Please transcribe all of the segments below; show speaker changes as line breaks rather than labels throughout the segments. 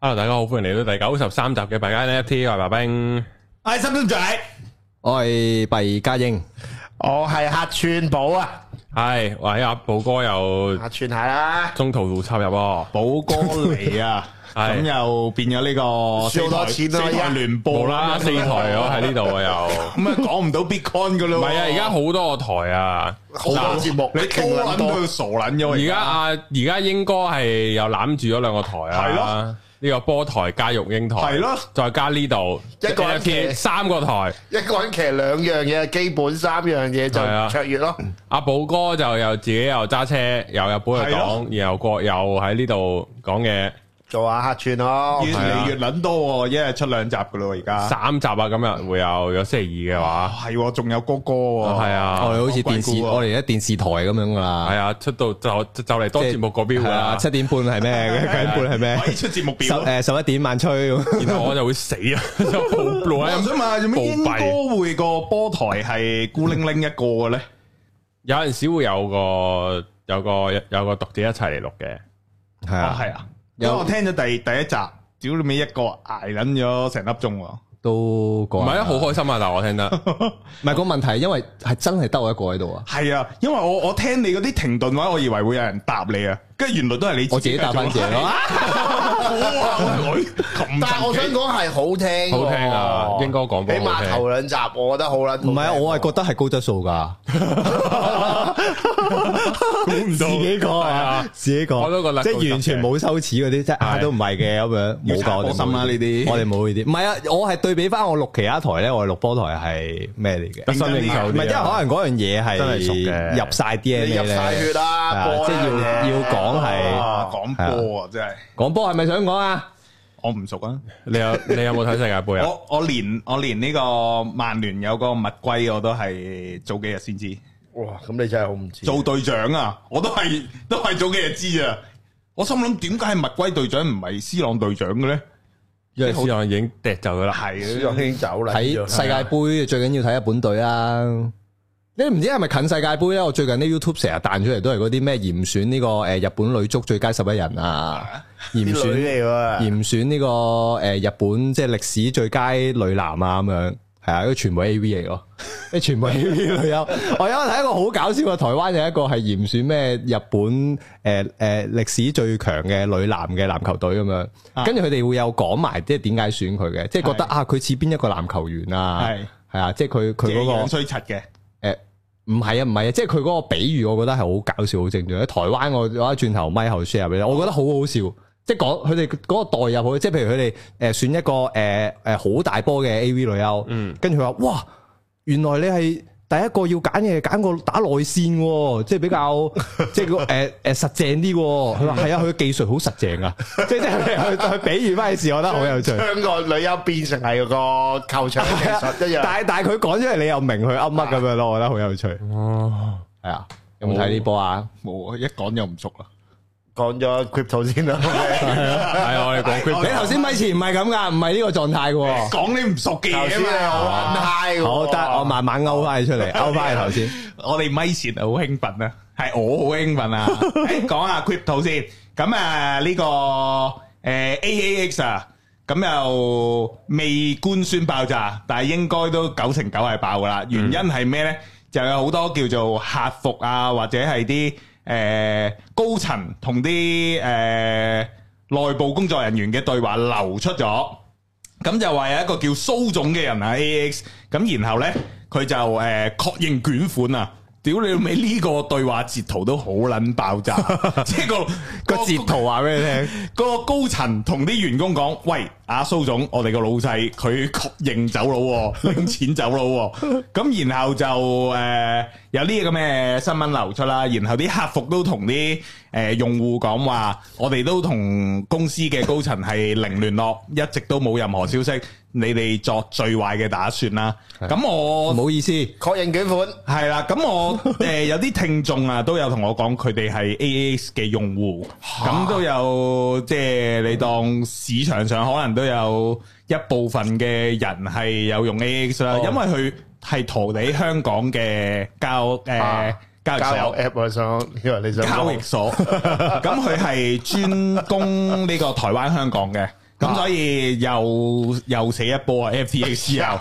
Hello，大家好，歡迎嚟到第九十三集嘅大家 NFT，我係白冰。
系心心仔，
我系毕家英，
我系客串宝啊，
係，喂，阿寶哥又
客串系啦，
中途插入喎，
寶哥嚟啊，
係
咁又變咗呢個
輸好多
四
錢啊
台四台
一
聯播
冇啦，四台我喺呢度啊又。
咁啊講唔到 Bitcoin 噶
唔
咯喎，
係啊，而家好多個台啊。
好多節目，
你
勁
高
撚
撚到傻撚咗，
而家啊，而家英哥係又攬住咗兩個台啊。
係咯。
呢個波台加育英台。
係咯。
再加呢度
一個人
NFT
騎
三個台。
一個人騎兩樣嘢，基本三樣嘢
係啊
就卓越咯，
阿寶哥就又自己又揸車，又日本去
係咯
講，然後國又喺呢度講嘅
做下客串咯，
越
係啊
嚟越撚多喎，一日出兩集噶咯喎，而家
三集啊，今日會有有星期二嘅話。
係喎，仲有哥哥喎，
係啊，
我哋好似
鬼
电视，
故哦啊
我哋而家电视台咁样噶
系
啦，
啊，出到就就就嚟多節目嗰標
係
噶
啊
啦，
七点半系 咩？九點半系咩
可以？出節目
十
表。
诶十一點晚吹 咁，
然後我就會死啊， 就暴露
我
喺
想問下，做咩英
暴斃。
哥會個波台係孤零零一個嘅咧？
有陣時會有個有個有個讀者一齊嚟錄嘅，
係
哦，
啊，
係啊，因為
有
我聽咗第第一集，屌你尾一個捱撚咗成粒鐘喎。
都
唔
講
係啊，好開心啊！但我聽得
唔係個問題，因為係真係得我一個喺度 啊，
系啊，因為我我听你嗰啲停頓位，我以為會有人答你啊，跟住原來都係你
我自己答翻自己咯。
哇，女咁
但係我想
神奇
講係好聽喎，
好聽啊英哥講
起
得好聽
碼頭兩集我覺得好啦，
唔係啊，我係覺得係高質素㗎，
估唔
自己講
啊
啊，，自己
我都覺得
講，即
高質嘅
係完全冇羞恥嗰啲，即係啊
係
都唔係嘅咁樣，
要
冇
插
㗎我哋
我心
冇
啦
呢
呢啲
我哋冇呢啲。唔係啊，我係對比翻我錄其他台咧，我哋錄波台係咩嚟嘅？
得心應手
唔
啲
係，因為
啊，
可能嗰樣嘢係
真係熟嘅
入晒
你
DNA
入晒
咧
血，啦，
係啊
播
即係
呢樣嘢
要要講係
哇，講波啊，真係
講波係咪想講啊？
我唔熟啊，
你有你有冇睇世界盃啊？
我我連我連呢個曼聯有個麥龜我都係早幾日先知，
哇，咁你真係好唔知，
做隊長啊，我都係都係早幾日知啊，我心諗點解係麥龜隊長唔係斯朗隊長嘅咧？
因為斯朗已經掟走咗啦，
小
係啊
楊。已經走啦，
睇世界盃最緊要睇日本隊啊啦。你唔知係咪近世界盃咧？我最近啲 YouTube 成日彈出嚟都係嗰啲咩嚴選呢個誒日本女足最佳十一人啊，嚴
啲女
選
嚟喎，
嚴選呢個誒日本即係歷史最佳女男啊咁樣。係啊，嗰啲全部 A V 嚟咯，啲 全部 A V 女優。我有睇一個好搞笑嘅，台灣有一個係嚴選咩日本誒誒歷史最強嘅女籃嘅籃球隊咁樣，跟住佢哋會有講埋即係點解選佢嘅，啊即係覺得
係
啊佢似邊一個籃球員啊，
係
係啊，即係佢佢
佢
嗰
嗰
個
個衰柒嘅，
誒唔係啊唔係啊，即係佢嗰個比喻，我覺得係好搞笑、好正常。喺台灣我我一轉頭咪後 share 俾你，我覺得好好笑。即係講佢哋嗰個代入好，即係譬如佢哋誒選一個誒誒好大波嘅 A.V. 女優，
嗯
跟住佢話哇，原來你係第一個要揀嘅，揀個打內線喎，即係比較 即係個誒誒實正啲喎。佢話係啊，佢嘅技術好實正啊，即係即係佢佢佢比喻翻嘅事，我覺得好有趣。
將個女優變成係個球場技術一樣。
但係但係佢講出嚟，你又明佢噏乜咁樣咯，我覺得好有趣。
哦，
係啊，有冇睇呢波啊？
冇啊，一講就唔熟啦。
講咗 crypto 先啦，
係我哋講 crypto
你頭先咪前唔係咁噶，唔係呢個狀態嘅。
講你唔熟嘅
頭
嘢啊
先啊係
嘛，
好 high 喎，
好得，我慢慢勾翻你 出嚟，勾翻你頭先。
我哋咪前好興奮啊，係我好興奮啊。誒講下 à, crypto 先，咁啊呢個誒 AAX 啊，咁又未官宣爆炸，但係應該都九成九係爆噶啦。原因係咩咧？就有好多叫做客服啊，或者係啲誒高層同啲誒內部工作人員嘅對話流出咗。咁就話有一個叫蘇總嘅人啊 AX，咁然後呢，佢就誒、呃、確認捲款啊！屌你老味呢個對話截圖都好撚 爆炸，即係個
個截圖話俾你聽，
個高層同啲員工講：，喂，阿蘇總，我哋個老細佢確認走佬喎，拎錢走佬喎。咁然後就誒、呃有呢啲咁嘅新聞流出啦，然後啲客服都同啲誒用戶講話，我哋都同公司嘅高層係零聯絡，一直都冇任何消息，你哋作最壞嘅打算啦。咁我
唔好意思，
確認卷款。
系啦，咁我誒、呃有啲聽眾啊，都有同我講佢哋係 AAX 嘅用戶，咁都有即係你當市場上可能都有一部分嘅人係有用 AAX 啦，
哦
因為佢係逃離香港嘅交誒、呃
啊
交易
交友
所。
app 啊，想以為你想
交易所，咁佢係專攻呢個台灣、香港嘅。咁所以又又死一波啊！FTX 又，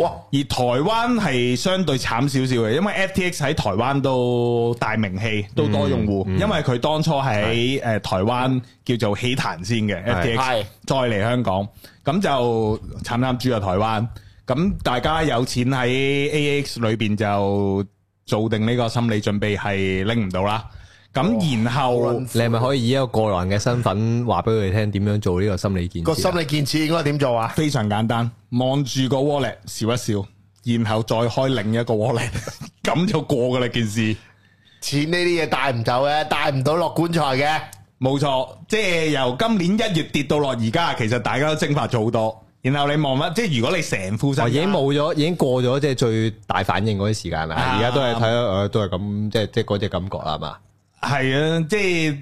哇！
而台灣係相對慘少少嘅，因為 FTX 喺台灣都大名氣，都多用戶，因為佢當初喺誒台灣叫做起壇先嘅 FTX，
係
再嚟香港，咁就慘慘豬啊台灣，咁大家有錢喺 AX 裏邊就做定呢個心理準備係拎唔到啦，咁然後。
你係咪可以以一個個人嘅身份話俾佢哋聽點樣做呢個心理建
個
設啊？
心理建設應該點做啊？
非常簡單，望住個 wallet 笑一笑，然後再開另一個 wallet，咁就過噶啦件事。
錢呢啲嘢帶唔走嘅，帶唔到落棺材嘅。
冇錯，即係由今年一月跌到落而家，其實大家都蒸發咗好多。然後你望翻，即係如果你成副身
我哦
家，
已經冇咗，已經過咗即係最大反應嗰啲時間啦。
啊
而家都係睇誒，都係咁，即係即係嗰只感覺啦係嘛。
係啊，即係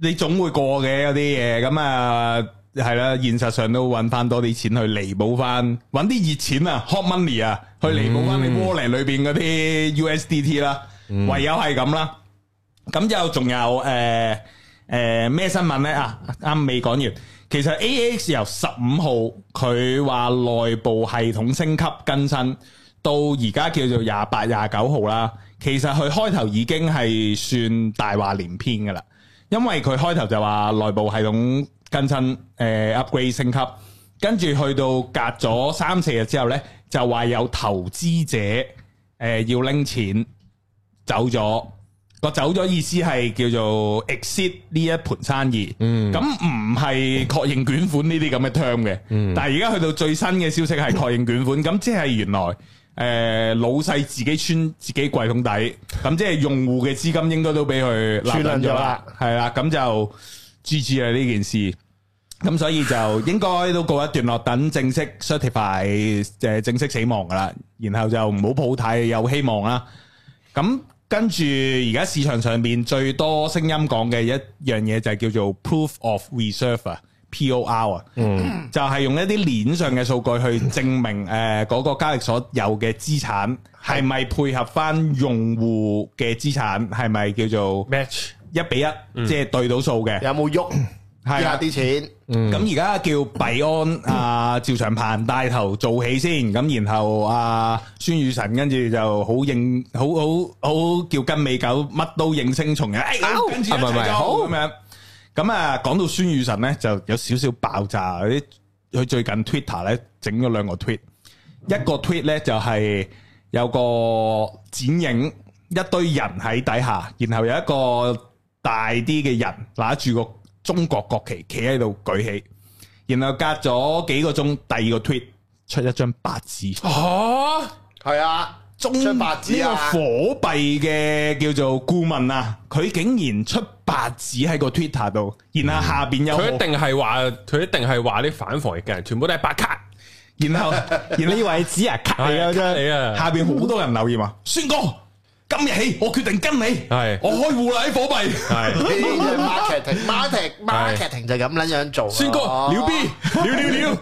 你總會過嘅有啲嘢，咁啊係啦，現實上都揾翻多啲錢去彌補翻，揾啲熱錢啊，hot money 啊，去彌補翻
嗯
你 wallet 裏邊嗰啲 USDT 啦，唯有係咁啦。咁就仲有誒誒咩新聞咧啊？啱未講完，其實 AX 由十五號佢話內部系統升級更新，到而家叫做廿八廿九號啦。其實佢開頭已經係算大話連篇噶啦，因為佢開頭就話內部系統更新誒、呃 upgrade 升級，跟住去到隔咗三四日之後呢，就話有投資者誒、呃要拎錢。走咗。個走咗意思係叫做 exit 呢一盤生意，
嗯
咁唔係確認捲款呢啲咁嘅 term 嘅。
嗯
但係而家去到最新嘅消息係確認捲款，咁即係原來誒、呃老細自己穿自己櫃桶底，咁即係用戶嘅資金應該都俾佢
穿
攬
撚咗啦，
係啦，咁就 GG 啦呢件事。咁所以就應該都告一段落，等正式 certify 誒正式死亡噶啦，然後就唔好抱太有希望啦。咁跟住而家市場上面最多聲音講嘅一樣嘢就係叫做 proof of reserve 啊，POR 啊，嗯，就係用一啲鏈上嘅數據去證明誒嗰、個交易所有嘅資產係咪配合翻用戶嘅資產，係咪叫做
match
一比一、即係對到數嘅，
有冇喐？
係
依
啦
下啲錢
嗯
咁而家叫幣安啊，趙長鵬帶頭做起先，咁然後啊，孫宇晨跟住就好認，好好好叫跟尾狗，乜都應聲蟲人，哎，跟住一
啊唔係唔
齊
係好
做咁樣。咁啊，講到孫宇晨咧，就有少少爆炸，啲佢最近 Twitter 咧整咗兩個 tweet，一個 tweet 咧就係有個剪影一堆人喺底下，然後有一個大啲嘅人拿住個中國國旗企喺度舉起，然後隔咗幾個鐘，第二個 tweet 出一張白紙，
吓，
係啊，張白
呢
紙
個
啊
火，幣嘅叫做顧問啊，佢竟然出白紙喺個 Twitter 度，然後下邊有
嗯
佢一定係話，佢一定係話啲反防疫嘅人全部都係白卡，
然 後然後呢位指啊卡
係啊
真
你啊
下邊好多人留言啊，孫哥，今日起我決定跟你，
係
我開戶啦喺火幣，
係。
marketing marketing marketing 就係咁撚樣做。
孫哥，
啊
了 B，
了了了。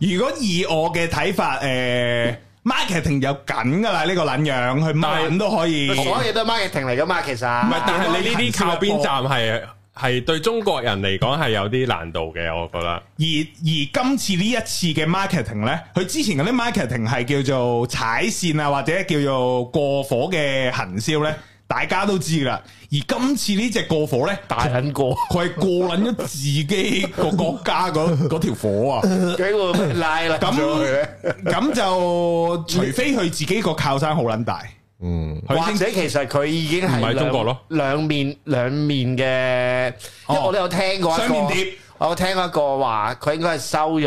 如果以我嘅睇法，誒，marketing 有緊噶啦，呢個撚樣去
但係
慢都可以，
所有嘢都係 marketing 嚟噶嘛，其實
唔
唔
係，但係你呢啲靠邊站係係對中國人嚟講係有啲難度嘅，我覺得。
而而今次呢一次嘅 marketing 呢，佢之前嗰啲 marketing 係叫做踩線啊，或者叫做過火嘅行銷呢，大家都知㗎啦。而今次呢只過火呢，
大撚過，
佢係過撚咗自己 個國家嗰嗰條火啊！
佢會拉啦
咁
咁。
咁就除非佢自己個靠山好撚大，
嗯，
佢
或
先
者其實佢已經係
唔係中國咯
兩兩面兩面嘅，因為
哦
我都有聽過一
雙
個
面碟，
我有聽過一個話佢應該係收咗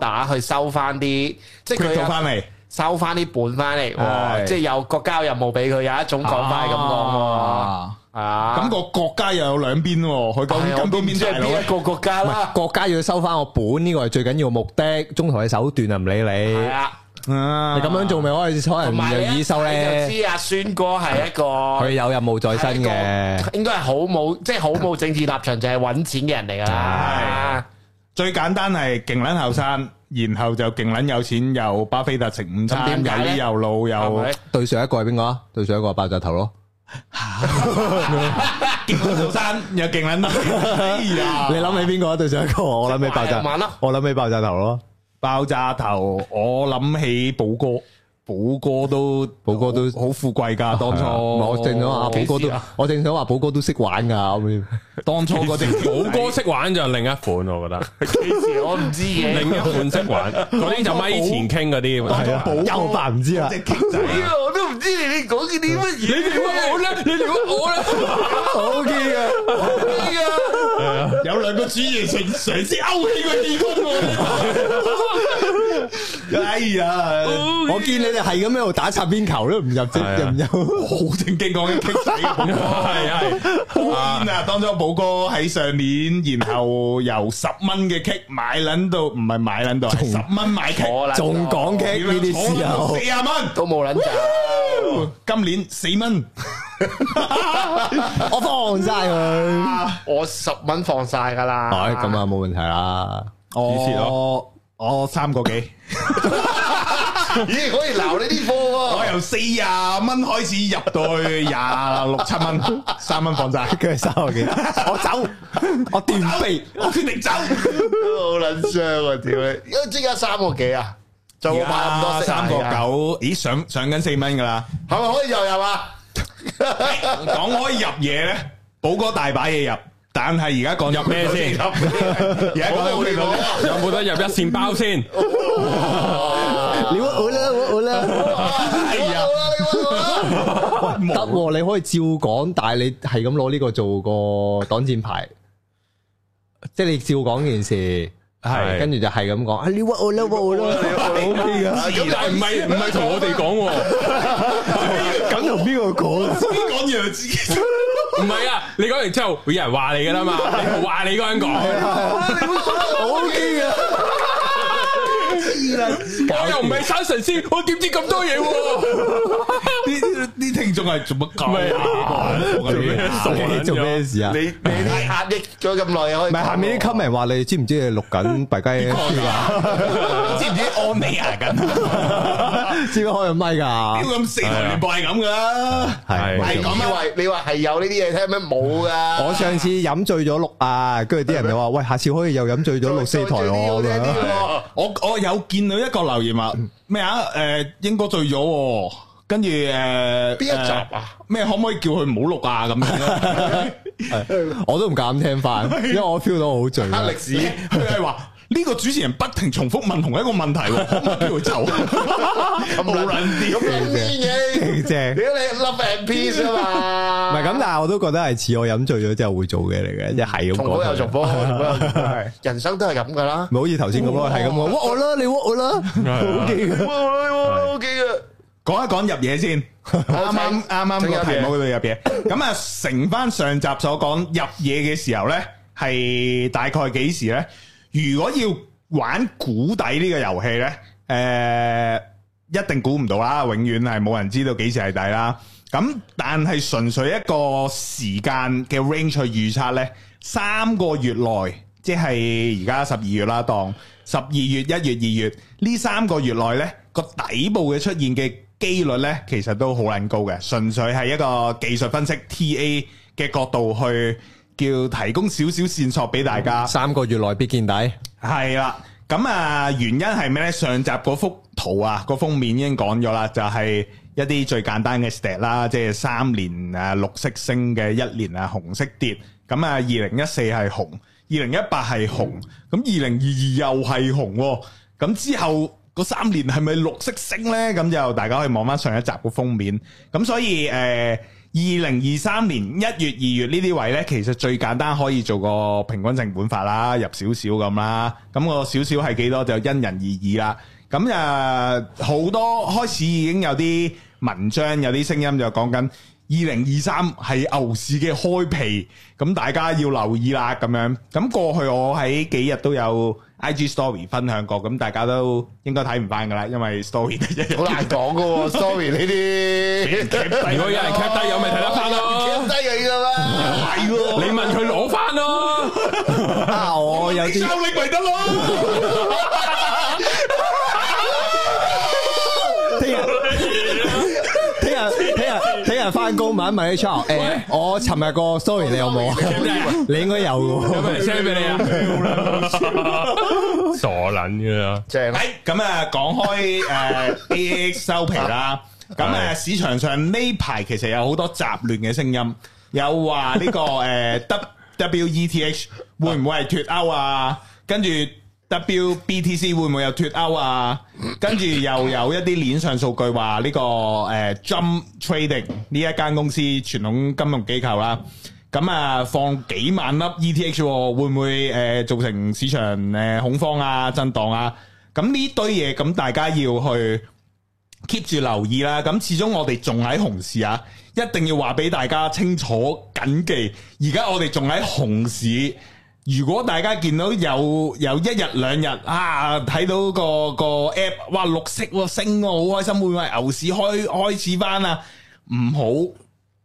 order 去收翻啲，即係佢
crypto 翻
有
嚟。
收翻啲本翻嚟
係
喎，即係有國家任務俾佢，有一種講法係咁講
啊
喎，啊，
咁個國家又有兩邊喎，佢究
係我
竟
都
跟
唔
邊邊
知
大
係
佬呢
邊一個國家啦，
國家要收翻我本呢個係最緊要嘅目的，中途嘅手段啊唔理你。
係啊，
啊
你咁樣做咪可以可
同
能
埋
又
你
易
一
收
睇
咧
就？知阿孫哥係一個
佢。有任務在身嘅。
應該係好冇，即係好冇政治立場，就係揾錢嘅人嚟㗎啦。
最簡單係勁撚後生，然後就勁撚有錢，又巴菲特食午餐，
咁點
有
解
呢
呢
又老
係
又
咪
對上一個係邊個啊？對上一個係爆炸頭咯。
勁撚後生又勁 撚多，哎呀！
你諗起邊個啊？對上一個，我諗起爆炸
即係華人文咯，
我諗起爆炸頭咯。
爆炸頭，我諗起寶哥，寶哥都
寶哥都
好好富貴噶，當初
係啊我正想話阿寶哥
幾時
都
啊，
我正想話寶哥都識玩噶，咁
當初 嗰隻
寶哥識玩就另一款，我覺 得
幾時我唔知嘅。
另一款識 玩，嗰啲就咪前傾嗰啲。啊
當初寶哥
又扮唔知啦
嗰隻傾仔啊，
我都唔知你哋講嘅啲乜嘢。
你撩我啦，你撩我啦，
，O K 嘅，
有兩個主持人嘗嘗試勾起個氣氛喎。 哎呀，
我見你哋係咁喺度打擦邊球都唔入啫，
係啊
入唔入？
好正經講嘅傾仔嘅寶哥。
係係
好癲啊！當初寶哥喺上年，然後由十蚊嘅 kick 買撚到，唔係買撚到，係十蚊買 kick，
我
仲講
嘅
kick 呢啲時候
四，廿蚊，
都冇捻咋，
今年四蚊，
我放晒佢。
我十蚊放晒噶啦。
唉，咁啊，冇問題啦。
蝕
我我三個幾，
咦，可以鬧呢啲
我
貨喎。
由四廿蚊開始入到去廿六七蚊，三蚊放債，
跟住三個幾，我走，我斷臂，
我決定走，
好捻傷啊！屌你，因為即刻三個幾啊，就
Dạ,
冇買咁多
而
色
家三個
個，
九，咦上上緊四蚊㗎啦，
係咪可以又入啊？
講開入嘢咧，寶哥大把嘢入，但係而家講入
咩先？
而家講
我
緊
冇
邊
你
個咧？
講。
有冇得入一線包先？
你 我啦我啦，
哎呀
好！啦，你搵我啦。
得喎，你可以照講，但係你係咁攞呢個做個擋箭牌，即係你照講件事，
係
跟住就係咁講，啊你屈我啦屈我啦，OK 噶，
咁但係唔係唔係同我哋講
咁同邊 個講？
自己講完就自己
喎，唔係啊！你講完之後會有人話你噶啦嘛，你冇話你嗰個人講，
O K 噶，
我又唔係山神師，我點知咁多嘢喎？
啲啲聽眾係做乜
咪
咁啊？
做咩傻
你做咩事啊？
你你啲壓抑咗咁耐可以
唔係下面啲 comment 話你知唔知 你錄緊大家
知唔知安妮啊？緊
知唔知開緊咪
屌
㗎？
咁四台聯播係咁噶啦，
係
係
冇錯
咁啊！
你以為你話係有呢啲嘢聽咩冇噶？
我上次飲醉咗六啊，跟住啲人就話：喂，下次可以又飲醉咗六四台我咁樣。
樣。
我我有見到一個留言話咩啊？誒英哥醉咗喎，跟住誒邊
邊一
ờ,
集啊？
咩可唔可以叫佢唔好錄啊？咁樣
我都唔敢聽 翻，因為我 feel 到我好醉。啊
黑歷史，
佢係話。呢個主持人不停重複問同一個問題喎，可唔可以叫佢走？咁冇撚
咁撚癲 嘅，
正
屌你 love and peace 啊
唔
嘛！
係咁，但係我都覺得係似我飲醉咗之後會做嘅嚟嘅，即係係咁
重複
講
又重
佢。
複，重複又重複 人生都係咁噶啦。
咪好似頭先咁咯，係咁講，屈我啦，你屈我啦，OK
啊
啊嘅。
O K 嘅，
講一講入嘢先，啱啱啱啱個題目嗰度入嘢，咁啊乘翻上集所講入嘢嘅時候呢，係大概幾時呢？如果要玩估底呢個遊戲呢，誒、一定估唔到啦，永遠係冇人知道幾時係底啦。咁但係純粹一個時間嘅 range 去預測呢，三個月內，即係而家十二月啦，當十二月、一月、二月呢三個月內呢，個底部嘅出現嘅機率呢，其實都好撚高嘅，純粹係一個技術分析 TA 嘅角度去叫提供少少線索俾大家。
三個月內必見底，
系啦，咁啊原因係咩呢？上集嗰幅圖啊，個封面已經講咗啦，就係、一啲最簡單嘅 stat 啦，即係三年啊綠色升嘅，一年啊紅色跌。咁啊，二零一四係紅，二零一八係紅，咁二零二二又係紅喎。咁之後嗰三年係咪綠色升呢？咁就大家可以望翻上一集個封面。咁所以誒，二零二三年一月、二月呢啲位呢，其實最簡單可以做個平均成本法啦，入少少咁啦。咁、個少少係幾多就因人而異啦。咁啊，好多開始已經有啲文章、有啲聲音就講緊。二零二三係牛市嘅開皮，咁大家要留意啦咁樣。咁過去我喺幾日都有 IG story 分享過，咁大家都應該睇唔翻噶啦，因為 story 得一日
好難講噶喎，sorry 呢啲。
如果有人 cap 低有，咪睇得翻咯。
低佢噶啦，
係喎，
你問佢攞翻咯，
啊，我有
收
啲
你咪得咯。
聽日，聽日日聽日聽日翻工問一問 HR，誒，我尋日個 story 你有 冇啊？你應該有
有冇
嘅
人 send 俾你 啊？傻撚噶啦！
正啊，
咁啊，講開誒 A X 收皮啦，咁啊市場上呢排其實有好多雜亂嘅聲音，有話呢個誒 W E T H 會唔會係脱歐啊？跟住 W B T C 會唔會有脱歐啊？跟住又有一啲鏈上數據話呢個誒 Jump Trading 呢一間公司傳統金融機構啦。咁啊，放幾萬粒 ETH 喎會唔會誒、呃造成市場誒、呃恐慌啊、震盪啊？咁呢堆嘢咁大家要去 keep 住留意啦。咁始終我哋仲喺熊市啊，一定要話俾大家清楚謹記。而家我哋仲喺熊市，如果大家見到有有一日兩日啊，睇到個個 app，哇綠色喎升喎，好開心，會唔會係牛市開開始翻啊？唔好。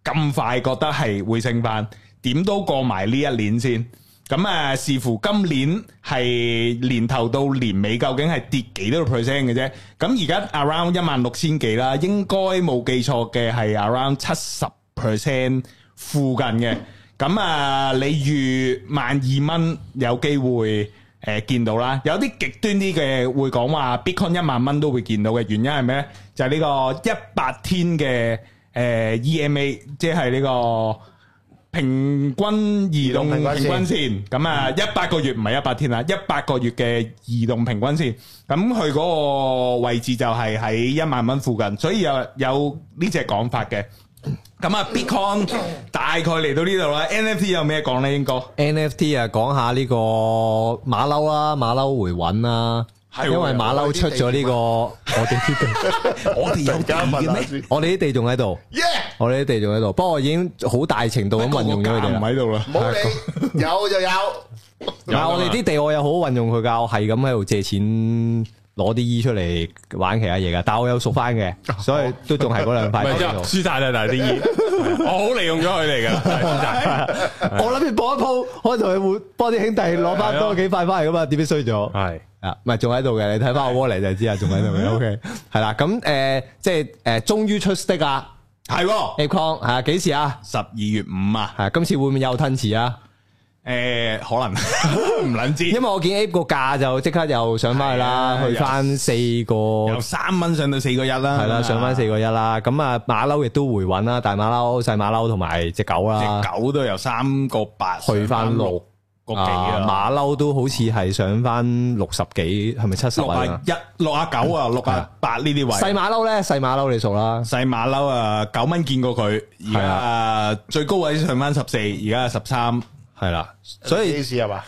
咁快覺得係會升翻，點都過埋呢一年先。咁啊，視乎今年係年頭到年尾究竟係跌幾多個 percent 嘅啫。咁而家 around 一萬六千幾啦，應該冇記錯嘅係 around 七十 percent 附近嘅。咁啊，你預萬二蚊有機會誒、呃、見到啦。有啲極端啲嘅會講話 Bitcoin 一萬蚊都會見到嘅原因係咩咧？就係、呢個一百天嘅誒、呃 EMA，即係呢個平均移動
移動平均線
平均線。咁啊，一百個月唔係一百天啦，一百個月嘅移動平均線。咁佢嗰個位置就係喺一萬蚊附近，所以有有呢只講法嘅。咁啊，Bitcoin 大概嚟到呢度啦，NFT 有咩講咧？英哥
NFT 啊，講下呢個馬騮啦，馬騮回穩啦，
係喎
因為馬騮出咗呢個我哋啲地，
我哋
突
有
然間問下先，
我哋啲地仲喺度，
耶，
我哋啲地仲喺度，不過我已經好大程度咁運用咗佢哋
唔
啦。
喺度啦
唔。好理，有就有。
唔係我哋啲地我又好運用佢㗎，我係咁喺度借錢攞啲衣出嚟玩其他嘢㗎，但我有熟翻 嘅，所以都仲係嗰兩
咪
塊
即
喺
係啊
度。
輸晒啦，但係 啲嘢，我好利用咗佢哋噶，輸晒。
我諗住搏一鋪，可以同佢換，幫啲兄弟攞翻多幾塊翻嚟㗎嘛，點知衰咗。
係
啊，唔係仲喺度嘅，你睇翻我 wallet 就知啊，仲喺度 嘅。OK，係啦，咁誒，即係誒，終於出 stick 啦
係喎，
，Acon 係啊，幾時啊？
十二月五啊，
係今次會唔會又吞遲啊？
誒，可能 唔撚
因為
知，
我見 A 個價就即刻又上翻去
係
啦，
啊
去翻四個
由三蚊上到四個一啦，
係啦，上翻四個一啦。咁啊，馬騮亦都回穩啦，大馬騮、細馬騮同埋只狗啦，
隻狗都由三個八
去翻六
個幾
啊。
啊，
馬騮都好似係上翻六十幾，係咪七十
六啊
啊？
一、六啊九啊、六啊八呢啲
細
位。
馬騮咧，細馬騮你數啦，
細馬騮啊，九蚊見過佢，而家啊最高位上翻十四，而家十三
係啦，所以
呢事係嘛？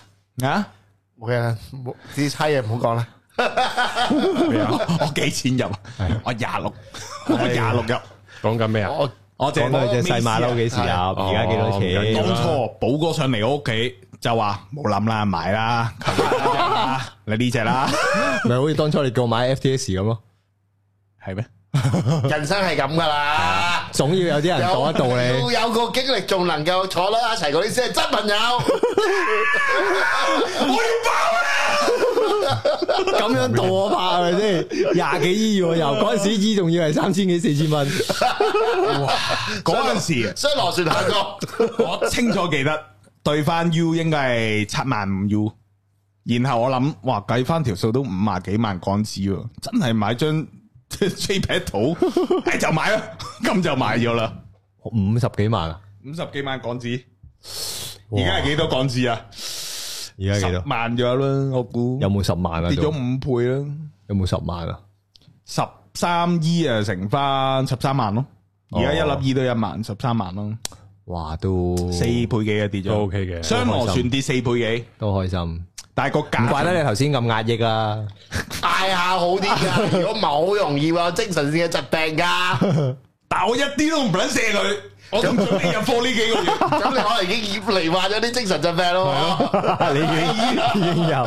啊！
冇嘢啦，冇啲差嘢唔好講啦。
我幾錢入啊？我廿 六，我廿六入。
講緊咩啊？
我
我淨
講到
係
只細馬騮幾時入，
哦
而家幾多
唔緊
當
要
錢？
初寶哥上嚟我屋企就話冇諗啦，買啦，求其買一隻 啦你呢只啦，
咪好似當初你叫我買 FTS 咁咯，
係咩？
人生係咁噶啦，
總要有啲人講得到
有
你。
要有個經歷，仲能夠坐得一齊嗰啲先係真朋友。
咁樣到我怕係咪先？廿幾醫我又嗰陣時醫仲要係三千幾四千蚊，
嗰陣時
所以螺旋下降，
我清楚記得對翻 U 應該係七萬五 U，然後我諗哇計翻條數都五萬幾萬港紙喎，真係買 張 JPEG 圖，誒就買啦， 咁就買咗啦，
五十幾萬啊！
五十幾萬港紙，
哇
而家係幾多港紙啊？
而家幾
十
多？
萬咗啦，我估
有冇十萬啊？
跌咗
仲
五倍啦。
有冇十萬啊？
十三 E 啊，乘翻十三萬咯。而家
哦
一粒 E 都一萬，十三萬咯，
哇，都
四倍幾啊跌咗。
都 OK 嘅
雙螺旋跌四倍幾，
都開心，
但係個價
唔怪得你頭先咁壓 抑啊！
嗌下好啲噶。如果唔係，好容易會有精神性嘅疾病噶。
但係我一啲都唔撚射佢，我仲準備入貨呢幾個月。
咁你可能已經罹患咗啲精神疾病咯。
你已經已經有，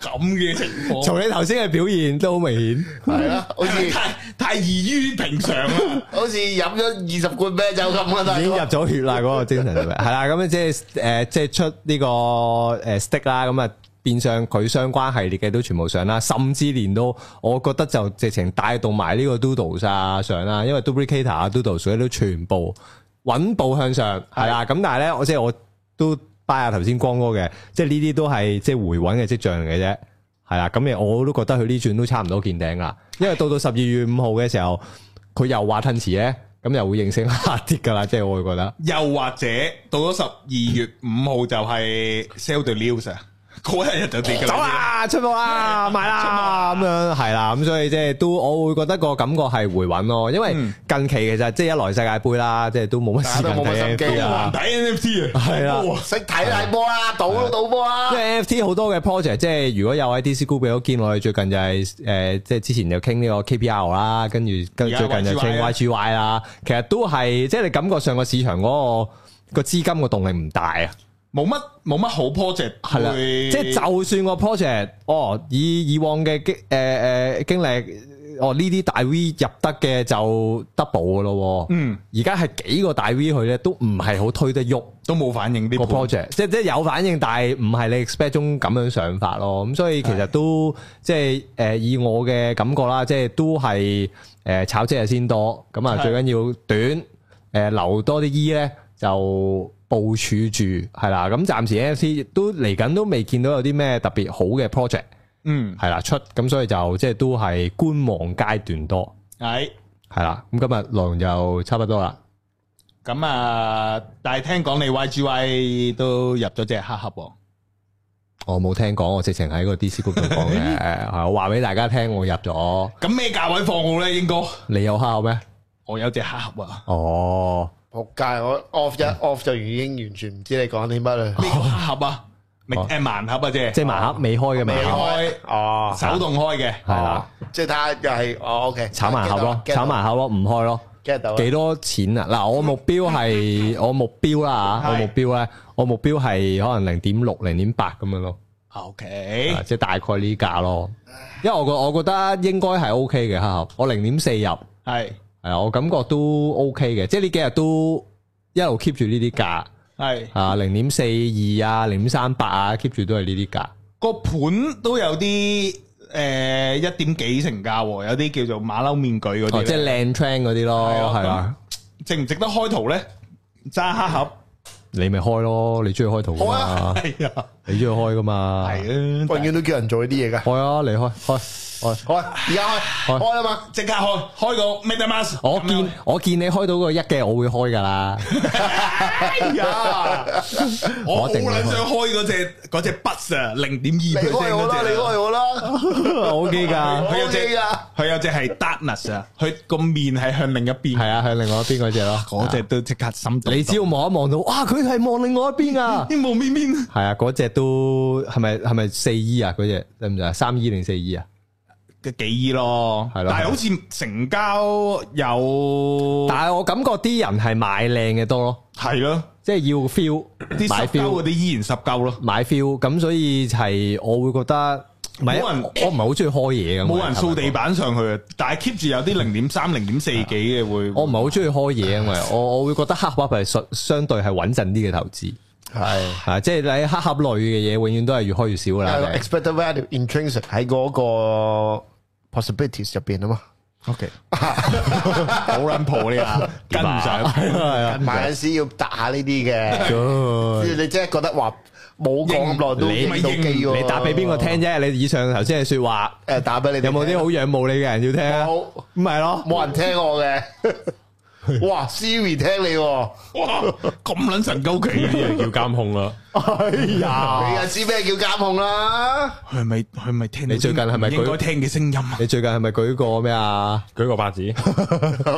咁嘅情 況，
從你頭先嘅表現都好明顯。
係啦，好
係咪
似
太太異於平常啦。
好似飲咗二十罐啤酒咁啊，大
已經入
佬。
咗血啦，嗰、個精神係咪？係啦，咁樣即係誒，即係出呢個誒 stick 啦，咁啊變相佢相關系列嘅都全部上啦，甚至連到我覺得就直情帶動埋呢個 Doodles 啊上啦，因為 Duplicator 啊 Doodles 嗰啲都全部穩步向上，係啦。咁但係咧，我即係我都 buy 下頭先光哥嘅，即係呢啲都係即係回穩嘅跡象嚟嘅啫。係啦，咁誒我都覺得佢呢轉都差唔多見頂啦，因為到到十二月五號嘅時候，佢又話褪遲咧，咁又會應聲下跌噶啦，即係我會覺得。
又或者到咗十二月五號就係 sell the news 啊，嗰一日就跌
走啊
㗎啦已經
啦，出貨 啦，買啦，咁樣係啦，咁所以即係都，我會覺得個感覺係回穩咯，因為
嗯
近期其實即係一來世界盃啦，即係都冇乜時間
大家都冇乜
睇
心機
NFT
啦
啦，
打 NFT 啊，
係啦。
識睇大波啦，賭都賭波啦
因。為 NFT 好多嘅 project，即係如果有喺 DC Group 俾我見，我哋最近就係、誒、即係之前就傾呢個 KPR 啦，跟住跟住
而家
最近就傾
YGY 啊
YGY 啦，其實都係即係你感覺上個市場嗰、個個資金個動力唔大啊。
冇乜冇乜好 project
係啦，
會
即係就算個 project，哦，以以往嘅經誒誒經歷，哦呢啲大 V 入得嘅就 double 噶咯喎，
嗯
而家係幾個大 V 佢咧都唔係好推得喐
都冇反應啲
個
盤
project，即係即係有反應，但係唔係你 expect 中咁樣想法咯，咁所以其實都即係誒、呃以我嘅感覺啦，即係都係誒、呃炒即係先多，咁啊
係
最緊要短誒、呃留多啲 E 咧就。部署住係啦，咁暫時 NFT 都嚟緊都未見到有啲咩特別好嘅 project
嗯
係啦出，咁所以就即係都係觀望階段多
係
係啦。咁今日內容就差不多啦，
咁啊，但係聽講你 YGY 都入咗隻黑盒喎，
我冇聽講，我直情喺個 DC group 度講嘅， 係我話俾大家聽，我入咗。
咁咩價位放好咧？應該
你有烤咩？
我有隻黑盒啊，
哦，
仆街，我 off 一 off 就已經完全唔知你講啲乜啦。
咩叫黑盒啊？咪
哦
誒盲盒啊，啫，
即係盲盒未開嘅
未
盲盒，
開
哦，
手動開嘅，
係啦，
即係睇下又係哦，OK，
炒盲盒咯，
get 到
炒
啦
盲盒咯，唔開咯。
，get 到啦
幾多錢啊？嗱，我目標 係我目標啦嚇，
係
我目標咧，我目標係可能零點六、零點八咁樣咯，
OK，
啊即係大概呢價咯。因為我覺我覺得應該係 O K 嘅黑盒，我零點四入，係
係
啊，我感覺都 O K 嘅，即係呢幾日都一路 keep 住呢啲價
係
啊，零點四二啊，零點三八啊，keep 住都係呢啲價。
個盤都有啲誒一點幾成價喎，有啲叫做馬騮面具嗰
哦，
啲
即係
咧，
靚 train 嗰啲咯，
係啊
係啦，
值唔值得開圖咧？揸黑盒
你咪開咯，你中意開圖噶
好
嘛
啊，
係啊，
你中意開噶嘛，
係啊，
永遠都叫人做呢啲嘢㗎。
開啊，你開開開，
好啊，而家開開啦嘛，
即刻開開個 MetaMask。
我
咁
見
樣
我見你開到個一嘅，我會開噶啦，
哎呀， 我好
我一定會開
撚想開嗰只嗰只 Bus 啊，零點
你
二
開
percent
我啦，
嗰
你
只啊。
開我啦，
O K 噶，
佢有隻
OK 㗎
佢有隻係 Darkness 啊，佢個面係向另一邊，
係啊，向另外一邊嗰只咯，啊
嗰隻都即刻心動。
你只要望一望到，哇，佢係望另外一邊 啊，
啲面面
係啊，嗰只都係咪係咪四 E 啊？嗰只得唔得啊？三 E 定四 E 啊？
嘅幾億咯，
係咯
但係好似成交有
但係我感覺啲人係買靚嘅多咯，
係咯，
即係要 feel
啲
買
十鳩
feel
嗰。啲依然十鳩咯，
買 feel，咁所以係我會覺得唔係
冇人
我我唔係好中意開嘢咁，
冇人掃地，板上去啊，但係 keep 住有啲零點三、零 點四幾嘅會。
我唔係好中意開嘢，因為我我會覺得黑盒係相相對係穩陣啲嘅投資，
係。
啊，即係你黑盒類嘅嘢永遠都係越開越少㗎
因為
啦
個。expected 啊 value intrinsic 喺嗰個 possibilities 入邊啊嘛，
O K，好撚破呢啊，跟唔 上，
買嗰陣時要搭下呢啲嘅，
你
你即係覺得話冇講咁耐都
你
影到機喎。
打俾邊個聽？啫？你以上頭先嘅説話，
誒，打俾你哋
有冇啲好仰慕你嘅人要聽啊？
冇
唔係咯，
冇人聽我嘅？哇，Siri 聽你喎，
哇，咁撚神鳩奇
呢啲
嘅，
人叫監控啊啦。
你又知咩叫監控啦？
佢係咪佢係咪聽到啲
你最近係咪
唔應該聽嘅聲音啊？
你最近係咪舉過咩啊？
舉個八字，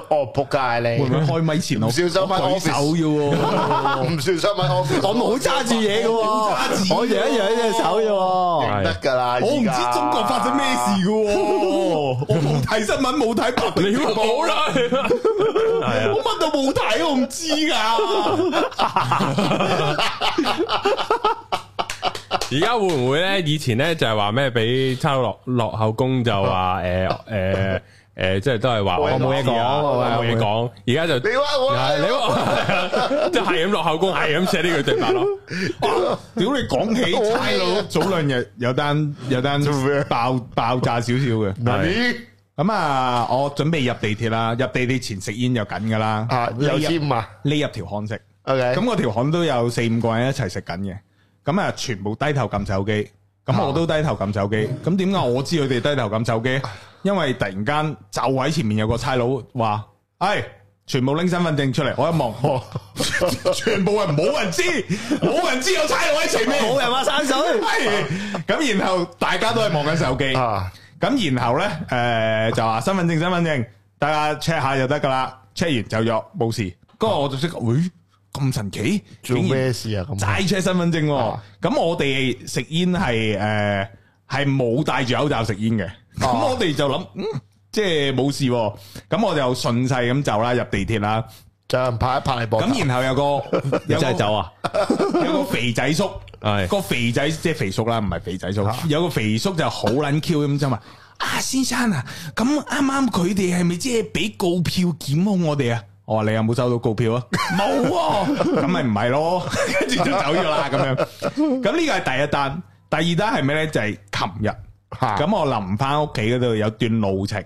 哦，仆街
會唔會
你！
開咪前我
唔小心
我舉手
喺
要喎？
唔小心喺我
我冇揸住嘢嘅喎，我揚一揚隻手啫喎。
唔得㗎啦！
我唔
依
知
家
中國發生咩事嘅喎， 我冇睇新聞，冇睇白冰
你
直播
好，啦，係啊
我。乜都冇睇，我唔知噶。
而家會唔會咧？以前咧就係話咩俾差佬落落口供就話誒誒诶，即係都係話
我
我
冇
冇
嘢
嘢
講
講，我冇嘢講，而家就
你話我
係你話我，即係係咁落口供，係咁寫呢句對白咯。
屌你講起差佬，早兩日有單有單
做咩啊
爆爆炸少少嘅。
咦
咁啊，我準備入地鐵啦，入地鐵前食煙就緊噶啦，
啊有
匿入
簽啊
匿入條巷食。
，OK，
咁我條巷都有四五個人一齊食緊嘅，咁啊全部低頭撳手機，咁我都低頭撳手機。咁點解我知佢哋低頭撳手機？因為突然間就喺前面有個差佬話：，唉，全部拎身份證出嚟！我一 望，全部人冇人知，冇人知有差佬喺前面，
人话散水
係咁然後大家都係望緊手機。
啊
咁然後呢，誒、就話身份證、身份證，大家 check 下就得噶啦，check 完就約，冇事。嗰個我就即刻，咦、咁神奇，
做
竟然
咩事啊咁？
齋 check 身份證喎、
啊
咁我哋食煙係誒係冇戴住口罩食煙嘅，咁、
啊
我哋就諗，嗯，即係冇事喎、咁我就順勢咁走啦，入地鐵啦。
就有人拍一拍你膊頭，
咁然後有個有
真
個
係走啊！
有個肥仔叔，
係
個肥仔即係肥叔啦，唔係肥仔叔，有個肥叔就好撚 Q 咁就嘛。啊，先生啊，咁啱啱佢哋係咪即係俾告票檢控我哋啊？我話你有冇收到告票啊？冇喎，咁咪唔係咯， 跟住就走咗啦咁樣。咁呢個係第一單，第二單係咩咧？就係琴日。
嚇
咁我臨翻屋企嗰度有段路程，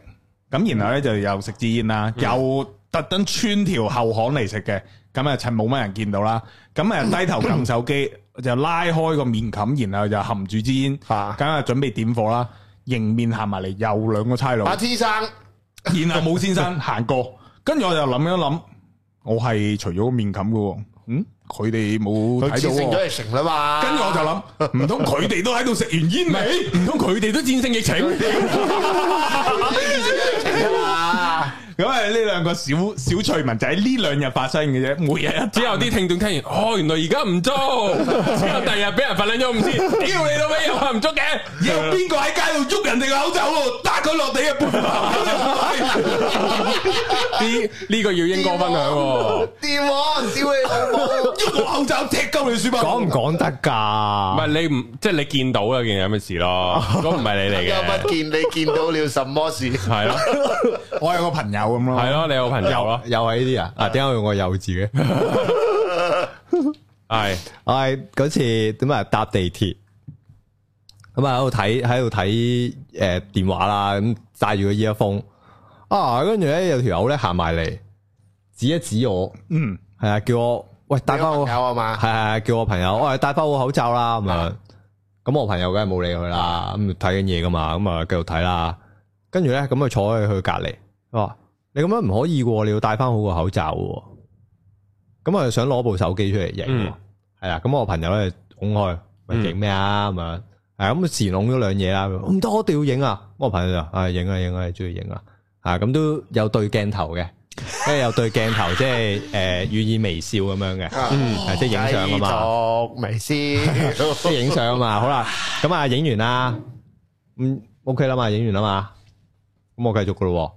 咁然後咧就又食支煙啦，
嗯
又特登穿條後巷嚟食嘅，咁啊趁冇乜人見到啦，咁啊低頭撳 手機就拉開個面冚，然後就含住支煙，
啊
咁啊準備點火啦，迎面行埋嚟又兩個差佬，
阿 T 生
然後武 先生行過，跟住我就諗一諗，我係除咗個面冚嘅喎，嗯，佢哋冇
佢
睇
戰勝
到喎
咗。疫情啦嘛，
跟住我就諗， 唔通佢哋都喺度食完煙未？唔通佢哋都戰勝疫情？ 咁啊，呢兩個小小趣聞就喺呢兩日發生嘅啫，每日一
之後啲聽眾聽完，哦，原來而家唔做，之後第日俾人罰撚咗五千，屌你老味，又話唔足嘅，
有邊個喺街度喐人哋個口罩喎？打佢落地啊！半
呢呢個要英哥分享喎。
掂我，啊屌你老母！
喐我口罩踢鳩你書包，
講唔講得
唔
㗎？
係你唔即係你見到啦，件有咩事
哦
咯？咁唔係你 嚟
又不
嘅，
見你見到了什麼事？
係咯
我有個朋友咁咯，
係咯，你有朋友咯，
又係呢啲啊？啊，點解我用個幼字嘅？
係
我係嗰次點啊搭地鐵，咁啊喺度睇喺度睇诶电话啦，咁戴住個 earphone 啊，跟住咧有條友咧行埋嚟，指一指我，
嗯，
係啊，叫我喂戴翻
有
我
朋友啊嘛，
系系叫我朋友，我系戴翻我口罩啦咁样。咁我朋友梗系冇理佢啦，咁睇緊嘢噶嘛，咁啊繼續睇啦。跟住咧，咁啊坐喺佢隔離，佢話：你咁樣唔可以喎，你要戴翻好個口罩喎。咁啊想攞部手機出嚟影喎
嗯，
係啦、咁我朋友咧拱開，咪
嗯
影咩啊咁樣。係咁自然拱咗兩嘢啊啦，佢話唔得，我一定要影啊！咁我朋友就啊影啊影啊，你中意影啊，啊咁都有對鏡頭嘅，即係有對鏡頭，即係誒予以微笑咁樣嘅。係即係影相啊
哦繼續
嘛，
微笑，
即係影相啊嘛，好啦，咁啊影完啦，嗯 OK 啦嘛，影完啦嘛，咁我繼續噶咯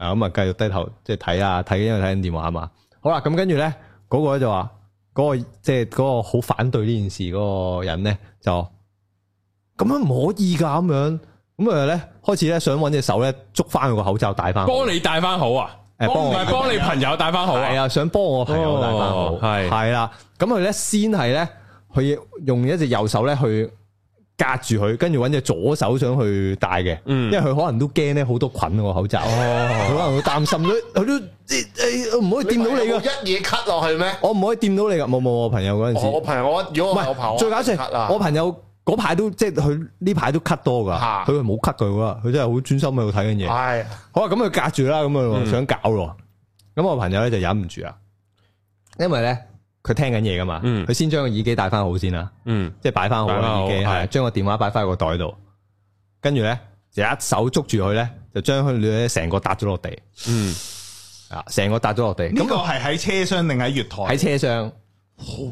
喎，啊咁啊繼續低頭即係睇啊睇，因為睇緊電話啊嘛，好啦，咁跟住咧嗰個咧就話嗰、個即係嗰個好反對呢件事嗰個人咧就咁樣唔可以㗎咁樣，咁啊咧開始咧想揾隻手咧捉翻佢個口罩戴翻，
幫你戴翻好啊，
誒幫
幫
我
唔係幫你朋友戴翻好
係
啊，
啊，想幫我朋友戴翻好
哦，係
係啦。咁佢咧先係咧，佢用一隻右手咧去隔住佢，跟住揾隻左手想去戴嘅，因
嗯
為佢可能都驚咧好多菌啊個口罩，佢可能會擔心佢佢都誒誒唔可以掂到你
有冇
噶，
一嘢 cut 落去咩？
我唔可以掂到你噶，冇冇我朋友嗰陣時，
我
唔
朋友，我如果我有朋友
係最搞
，cut 啊
笑，我朋友嗰排都即係佢呢排都咳多噶，
嚇
佢冇咳佢噶，佢真係好專心喺度睇緊嘢。
係
好啊，咁佢隔住啦，咁啊想搞咯。咁我朋友咧就忍唔住啦，因為咧佢聽緊嘢噶嘛，
嗯
佢先將個耳機戴翻好先啦，
嗯，
即係擺翻好個
擺返好
耳機，係
係
將個電話擺翻個袋度，跟住咧就一手捉住佢咧，就將佢咧成個搭咗落地，
嗯，
啊，成個搭咗落地。
呢個
咁
係喺車廂定喺月台？
喺車廂，嗯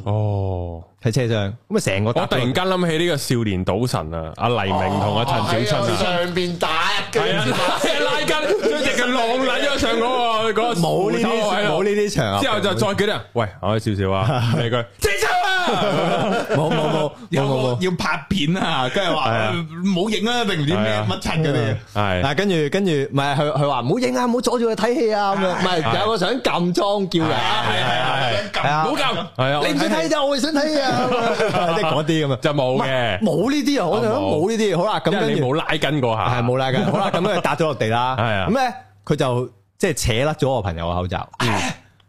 哦。
喺車廂，咁啊成個搭
我
咗
突
落地
然間諗起呢個少年賭神啊，阿黎明同阿陳小春
喺我
啊，
上邊打
哎
係啊，
跟住
拉筋，將只腳浪撚咗上嗰個嗰個
冇呢
扶手
啲
位啊
冇呢啲場合，
之後就再叫啲人，喂，我少少啊，理佢，正秋啊，
啦，
冇冇冇冇
有
冇
個
冇。
要拍片啊，跟住話
係啊
冇影啊，定唔知
係
咩
啊
乜柒嗰啲啊。
系
嗱，跟住跟住，唔係佢佢話唔好影啊，唔好阻住佢睇戲啊，咁樣，唔係
係
有個想撳裝叫人，
係係係係，
係啊
唔好撳。
系啊，
你唔想睇就我想睇啊，咁 樣即係嗰啲咁啊，
就冇嘅，哦
冇呢啲啊，我哋都冇呢啲，好啦，咁
因
跟
為你
住
冇拉筋嗰下，
係冇啦 嘅，好啦，咁佢搭咗落地啦，
係啊嗯
咁咧佢就即係扯甩咗我朋友個口罩， 係啊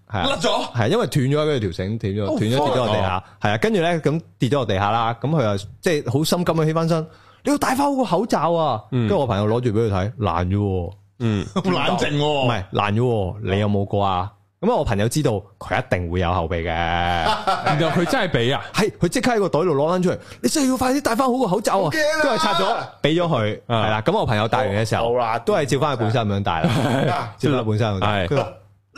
甩咗，
係因為斷咗跟住條繩斷咗，
Oh,
哦
斷咗跌咗落地下，係啊，跟住咧咁跌咗落地下啦，咁佢又即係好心急咁起翻身，你要戴翻好個口罩啊，跟住我朋友攞住俾佢睇，爛咗喎。
嗯，
好冷靜喎。
唔係爛咗喎，你有冇過啊？咁啊，我朋友知道佢一定會有後備 嘅，
然後佢真係俾啊，
係佢即刻喺個袋度攞翻出嚟，你真係要快啲戴翻好個口罩啊！跟住拆咗，俾咗佢，
啊
係啦。咁我朋友戴完嘅時候
好啦，
都係照翻佢本身咁樣戴 啦，照翻本身咁戴。
係
佢話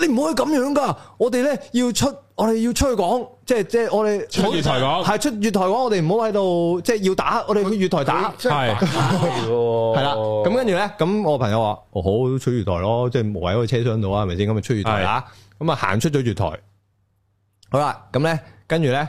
你唔可以咁樣噶，我哋咧要出，我哋要出去講，即係即係我哋
出月台講
係出月台講，我哋唔好喺度即係要打，我哋去月台打。
係
系啦，
哦
咁跟住咧，咁我朋友話：哦好，出月台咯，即係無喺個車廂度啊，係咪先？咁咪出月台啦，咁啊行出咗月台，好啦，咁咧，跟住咧，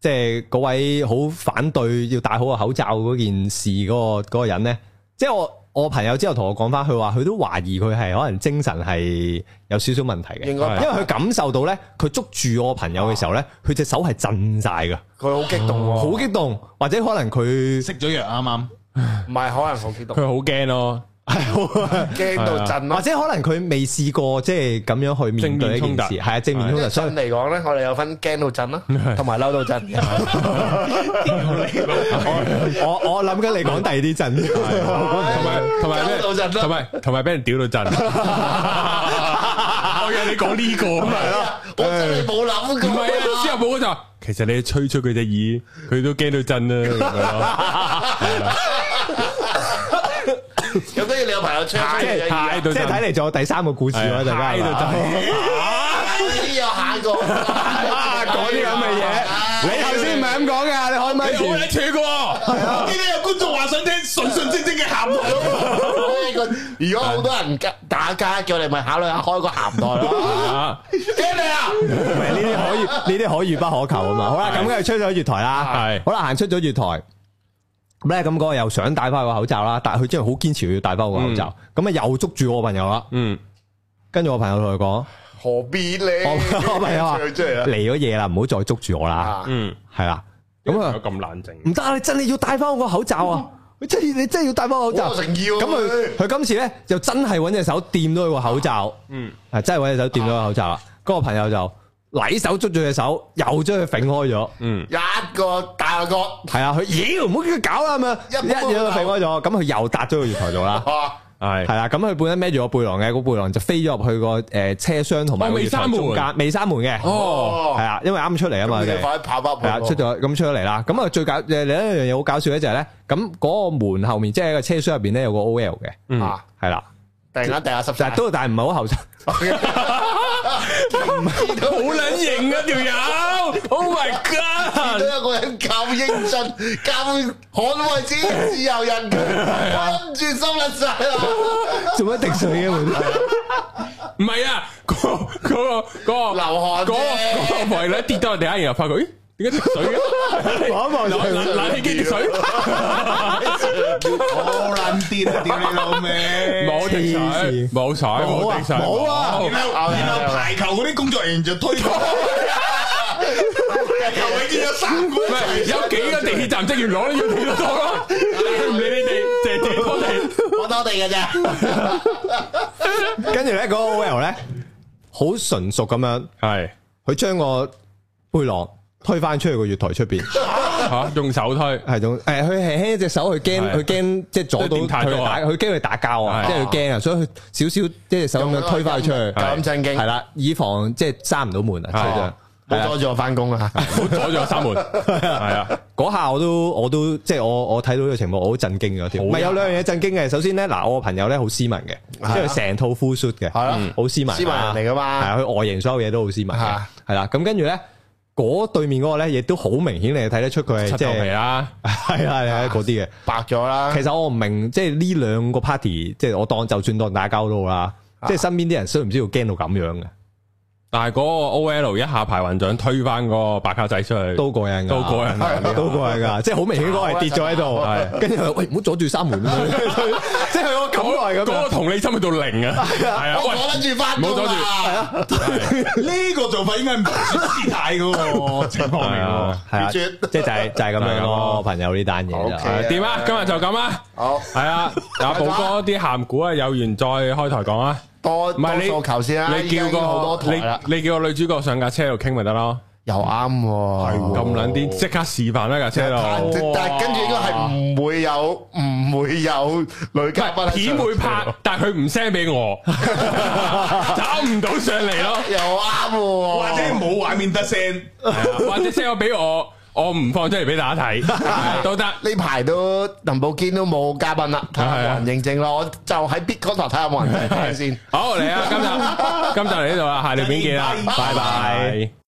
即係嗰位好反對要戴好個口罩嗰件事嗰、個嗰個人咧，即係我我朋友之後同我講翻，佢話佢都懷疑佢係可能精神係有少少問題嘅，因
應
為
該
佢感受到咧，佢捉住我朋友嘅時候咧，佢隻手係震晒噶，
佢好激動喎。
好激動，或者可能佢
食咗藥啱啱，
唔係，可能好激動，
佢好驚咯，
驚到震咯。
或者可能佢未試過即係咁樣去面對
正
呢件事，
面衝突
係啊正面衝突，所以
因為震嚟講呢，我哋有分驚到震啦，同埋嬲到震。
我我諗緊你講第二啲 陣，
同埋同埋咩
搞到震，咯
同埋同埋俾人屌到震，我以為你講呢個咪咯。
我真係冇諗過。
唔係啊，之後冇嗰就，其實你吹出佢隻耳，佢都驚到震啦咁樣咯，
咁跟住你有朋友
即
吹-
係
吹咗耳啊？
嗨到
即係
震，
睇嚟仲有第三個故事咯，大
嗨
家
到
係嘛
震，
哎呀，下一個。
啊 講啲咁嘅嘢，你頭先唔係咁講㗎，你開咪
你好
前
鬼扯嘅喎，
我見到有觀眾話想聽純純正正嘅鹹 台，
開個-如果好多人加- 打加，叫你咪考慮下開個鹹袋咯。
啊
驚你啊！
唔係呢啲可遇呢啲可遇不可求啊嘛。好啦，咁跟住出咗月台啦，
係
好啦，行出咗月台。咁咧，咁嗰個又想戴翻個口罩啦，但係佢真係好堅持要戴翻個口罩，咁啊又捉住我朋友啦，
嗯，
跟住我朋友同佢講。
何必呢？
我我 朋友話
唱出嚟啦。
嚟咗嘢啦，唔好再捉住我啦，
啊，
嗯，
係啦。咁
有
啊，
咁冷靜，
唔得啊！你真係要戴翻我個口罩啊！你真係你真係要戴翻我口罩。
我
咁
成要啊
佢佢今次咧就真係揾隻手掂到佢個口罩，
嗯，
係真係揾隻手掂到佢口罩啦。嗰個朋友就禮手捉住隻手，又將佢揈開咗。
嗯，
一個大個，哇，
係啊，佢妖唔好叫佢搞啦咁樣，
一
一嘢都揈開咗。咁佢又搭咗個月台度
啊
啦。
係
係啦，咁佢本身孭住個背囊嘅，個背囊就飛咗入去個誒車廂同埋
哦
個
未
月台
閂門
中間，未閂門嘅。
哦，
係啊，因為啱出嚟啊嘛，佢哋。
咁你快跑跑哦
係啊，
跑跑。
出咗咁出咗嚟啦。咁啊，最搞誒另一樣嘢好搞笑咧，就係咧，咁嗰個門後面即係個車廂入邊咧有個 O L 嘅，
嗯，
啊，突然間掟下濕
係啦，但係
晒。
都但係唔係好後生，
好撚型啊條友，Oh my God，
見到有個人咁認真，咁捍衞自己自由人權，跟住收甩晒啦。啊
做乜滴水嘅門？
唔係啊，嗰嗰個嗰個
流
嗰
汗
個嗰
啫
個朋友咧跌到人哋下，然後發覺，咦，點解滴水嘅？
望一望就係
冷冷氣機滴水，
好撚癲啊！屌你老味，
冇滴水，冇水，
冇啊
à?
冇滴水，
冇啊
冇
然後然後排球嗰啲工作人員就推 佢，排球永遠有三個
唔係有幾個地鐵站職員攞呢要幾多多咯？唔理你哋，就係自己拖地。
我多地嘅啫。
跟住咧嗰個 O L 咧好純熟咁樣，
係
佢將個背囊推翻出去個月台出邊，
吓，用手推。
係種誒，佢輕輕隻手，佢驚
係
佢驚即係阻到
即係點太
佢
多
打，
啊
佢驚佢打交啊，
係
即係佢驚啊，所以佢少少即係隻手咁樣推翻佢出去，
咁震驚。
係啦，以防即係閂唔到門啊，
係
車廂。
哦冇阻住我返工啊。
好阻咗三門，係啊，
嗰下我都我都即係我我睇到呢個情況，我好震驚咗添。
好
唔係有兩樣嘢震驚嘅，首先咧嗱，我個朋友咧好斯文嘅，即係佢成套 full suit 嘅，
係啊
嗯好斯文啊，
斯文人嚟㗎嘛
係啊，佢外形所有嘢都好斯文
係
嘅
啊，
係啦。咁跟住咧，嗰對面嗰個咧，亦都好明顯，你係睇得出佢
七
係即
頭皮
係
啦，
係 啊係啊嗰啲嘅。
白咗啦。
其實我唔明，即係呢兩個啊 party，即係我當就算當打交都好啦，即係身邊啲人需唔需要驚到咁樣嘅？
但係嗰個 O L 一下排雲掌推翻嗰個白卡仔出去，
都過癮㗎，啊
都過癮㗎
都過癮㗎，即係好明顯嗰個係跌咗喺度，
係
跟住佢喂唔好阻住三 門，即係佢個感覺係咁
嗰
樣
個。同理心去到零啊，係啊，
我阻
喂，
得住
唔
翻
好
工
阻住
啊！
呢個做法應該唔係太嗰個情況嚟
係
喎
啊。
係啊，
拒
即
絕
係就係就係咁
就係
啊樣
咁
咯，
咯
朋友呢單嘢就
OK
係點啊？今日就咁啊，
好
係啊，阿寶哥啲鹹股啊，有緣再開台講啊。
多
唔係
多
你
數球先啦，
你叫
已經好多
個
台啦，
你你叫個女主角上架車度傾咪得咯，
又啱喎，
咁撚癲，即刻示範啦架車
但
度。哦
但係跟住應該係唔會有唔會有女嘉賓喺上
片會拍，但係佢唔 send 俾 我，找唔到上嚟咯，
又啱喎，
或者冇畫面得聲，
啊
或者 send 咗俾我，我唔放出嚟俾大家睇都得。
呢排都林寶堅都冇嘉賓啦，睇下
啊
有冇人認證咯，我就喺 Bitcoin 台睇下有冇人認證先。
好嚟啊！今集今集嚟呢度啦，下條片見啦，拜拜。